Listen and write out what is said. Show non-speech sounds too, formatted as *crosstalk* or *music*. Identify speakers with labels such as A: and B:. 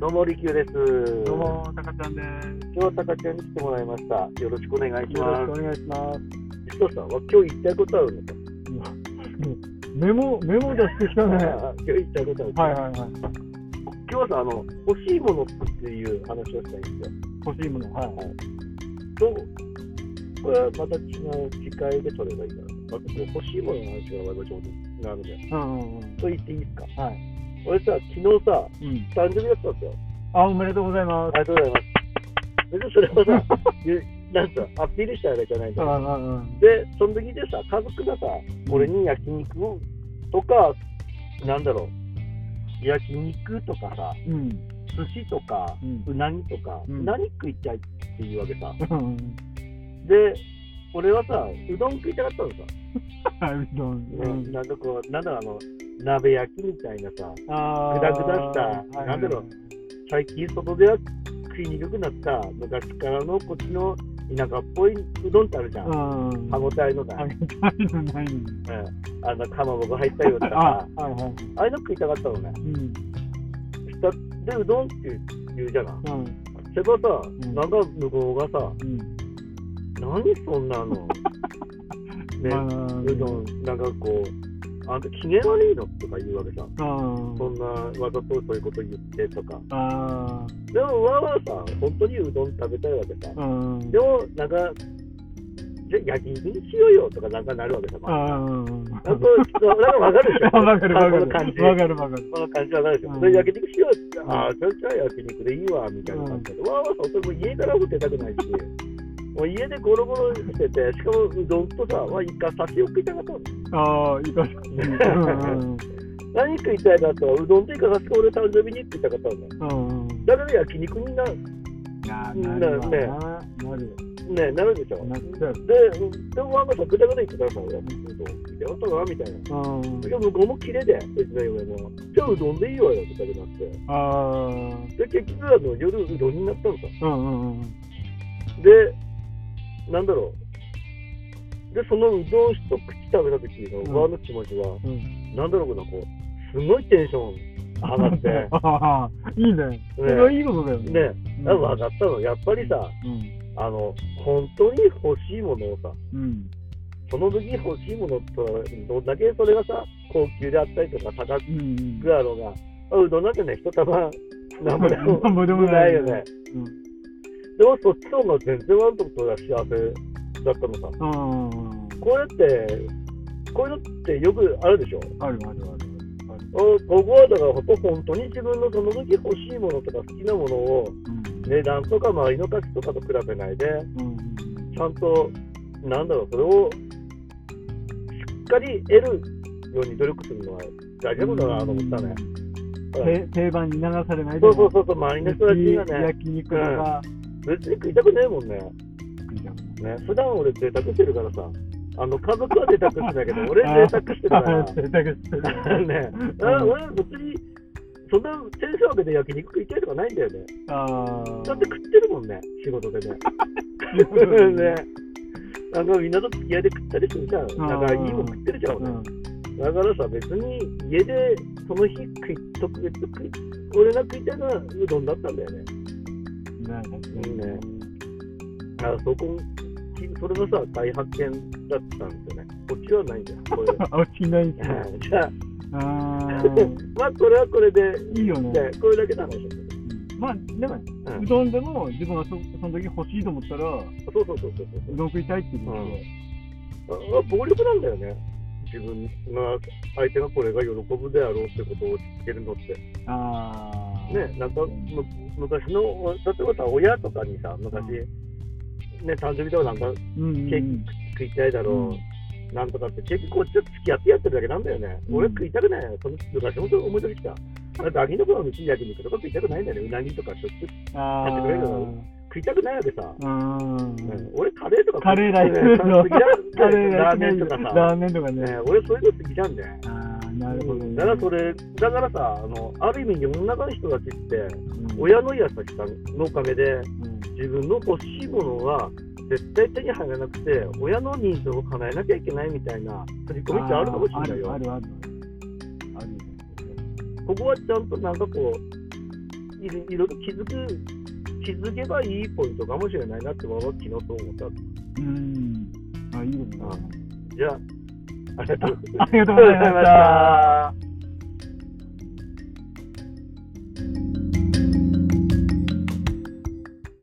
A: どうも、りきゅうです。
B: どうも、たかちゃんです。
A: 今日、たかちゃんに来てもらいました。よろしくお願いし
B: よろし
A: ま
B: くお願いします。
A: す。石藤さんは今日言いたいことあるの
B: *laughs*
A: か
B: メモ、メモ出してきたね。は
A: 今日言いたいことある。
B: いはいはい。
A: 今日はさ、あの、欲しいものっていう話をしたいんですよ。
B: 欲しいもの。はい。
A: どうこれはまた違う機会でそれがいいかな。私、欲しいものの話が私もなので。
B: うんうんうん。
A: と言っていいですか
B: はい。
A: 俺さ、昨日さ、
B: うん。
A: 誕生日だったんですよ。
B: あ、おめでとうございま
A: ありがとうございます。別にそれを
B: *laughs*
A: さ、言うなんかアピールしたわけじゃないん
B: す。
A: だ
B: う
A: よ。
B: んうんうん。
A: で、その時でさ、家族がさ、俺に焼肉をとか、なんだろう、焼肉とかさ、
B: うん。
A: 寿司とか、
B: うん
A: うなぎとか、
B: うん
A: 何食いたいっていうわけさ。
B: うん。
A: で、俺はさ、うどん食いたかったのさ。
B: はい、うどん。う
A: ね
B: ん。
A: なんかこう、なんだろう、あの、鍋焼きみたいなさ、
B: あ
A: グ
B: ー
A: ダグダした
B: はい
A: なんだろう最近外では食いにくくなった、昔からのこっちの田舎っぽいうどんってあるじゃん。
B: うん。
A: 歯ごたえのな
B: あ
A: い、
B: げたいのないのに。
A: うん、あの、かまぼこ入ったようなさ、
B: あ
A: あ、
B: はいはい。
A: あいうの食いたかったのね。
B: うん。
A: 下でうどんって言うじゃない。
B: うん。
A: それがさ、
B: ん
A: なんか向こうがさ、
B: うん。
A: 何そんな
B: *laughs*
A: の、ね
B: まあ
A: うどん、なんかこう、あんた機嫌悪いのとか言うわけさ。
B: うん。
A: そんなわざとそういうこと言ってとか。
B: あ
A: でも、わわさ、本当にうどん食べたいわけさ
B: ー。。うん。
A: でも、なんか、じゃあ焼き肉にしようよとかなんかなるわけさ。
B: う
A: まあ
B: ん。
A: なんか、なんかわかるでしょ
B: *laughs* わかるわかる。
A: この感じ。
B: わかるわかる。
A: この感じわかるでしょ。
B: うん
A: それ焼き肉しようって、ああ、それじゃあ焼き肉でいいわ、みたいな感じで。わわさ、俺も家からも出たくないし。もう家でゴロゴロしてて、しかもうどんとさ、わ、イカ刺しを食いたかったの。
B: ああ、いいかしうん
A: 何食いたいなとは、うどんとイカ刺しか俺誕生日に食いたかったのね。
B: うんうん。
A: だから焼き肉にな
B: な
A: な
B: な
A: るわ
B: る
A: な
B: わな。なるよ。
A: ね、なるでしょ。
B: なっちゃう
A: で、うんでも、あんまさ、ぐだぐだ言ってたから、俺、うどん食いたかったな、みたいな。
B: うん
A: で、向こうもキレで、別に俺も、じゃあうどんでいいわよ、みたいになって。
B: ああ。
A: で、結局、あの、夜うどんになったのさ。
B: うんうんうん。
A: で、なんだろう。で、そのうどん一口食べた時の、
B: うん
A: わ、の気持ちは、
B: うん。
A: なんだろうな、こう、すごいテンション上
B: *laughs*
A: がって、
B: ああ、いいね。それはいいことだよね。
A: ね、
B: うん
A: あ分かったの。やっぱりさ、
B: うん。
A: あの、本当に欲しいものをさ、
B: うん。
A: その時欲しいものと、どんだけそれがさ、高級であったりとか、高
B: うんうん。
A: くあろうが、あうどんなんてね、一玉、なんぼでも
B: なんぼでも
A: な
B: ないい
A: よ
B: よ
A: ね
B: ね。
A: でもそっちの方が全然満足とが幸せだったのさ。
B: うん。
A: こうやって、こういうのってよくあるでしょ。
B: あるあるある。ある。
A: おここはだからほんと本当に自分のその時欲しいものとか好きなものを値段とか周りの価値とかと比べないで、
B: うん。うん。
A: ちゃんと、なんだろう、それをしっかり得るように努力するのは大事なことだなと思ったね。
B: て定番に流されない
A: そうそうそうそう、周りの人たちがね、
B: 焼肉とか、
A: 別に食いたくねえもんね。ね普段俺贅沢してるからさ、あの家族は贅沢してないけど、俺贅沢してるか
B: あ
A: ら
B: あ、。 *laughs* 贅沢してる。
A: ね、
B: うん
A: あ俺は別に、そんな先生わけで焼肉食いたいとかないんだよね。
B: ああ。
A: だって食ってるもんね、仕事で
B: *laughs*
A: ね。 *laughs* ねなんかみんなと付き合いで食ったりするじゃん。
B: ん
A: だからいいもん食ってるじゃん、
B: う
A: 俺。
B: ん。
A: だからさ、別に家でその日食い、特別食い、俺が食いたいのはうどんだったんだよね。
B: なんかね。
A: だからそこ、きそれがさ、大発見だったんですよね。こっちはないんだよ、こ
B: *laughs*
A: れ。
B: あ、落ちないっす
A: *laughs*
B: ね。
A: はいじゃあ、
B: あ
A: *laughs* まあこれはこれで、
B: ーいいよね。
A: ね、これだけなの話だけど
B: まあ、でも、
A: うん
B: うどんでも自分がそその時欲しいと思ったら、う
A: そうそうそうそうそう。
B: どん食いたいって言う
A: あ暴力なんだよね自分が相手がこれが喜ぶであろうってことをつけるのって
B: とああ。
A: ねなんか
B: うん
A: む昔のお例えばさ親とかにさ昔、
B: う
A: ね誕生日とかなんか
B: うんうん
A: ケーキ食いたいだろう、なんとかって結局こっちは付き合ってやってるだけなんだよね、
B: うん
A: 俺食いたくないその昔もそう思い出てきただって秋の子の道に焼肉とか食いたくないんだよねうなぎとかしょっちゅう
B: あ
A: 買ってくれるだろ食いたくないわけさ、
B: あ。うん。
A: うん俺カレーとか
B: カレーライス
A: ね
B: の、
A: 好きだ
B: カレーラ
A: ラー
B: イス
A: メンとかさ
B: ラーメンとかね。
A: ね、俺そういうの好きなんだよ
B: ああ、なるほど、ね。
A: だからそれ、だからさ、あのある意味、世の中の人たちって、
B: うん、
A: 親の優しさのおかげで、
B: うん
A: 自分の欲しいものは絶対手に入らなくて、親のニーズを叶えなきゃいけないみたいな、振り込みってあるかもしれない
B: あ
A: よ。
B: るあるある。あるよね
A: ここはちゃんとなんかこう、いろいろ気づく、気づけばいいポイントかもしれないなって、僕は昨日そう思った。
B: うん。あ、いいですね。
A: じゃあ、ありがとうございました
B: ありがとうございました。
A: *laughs*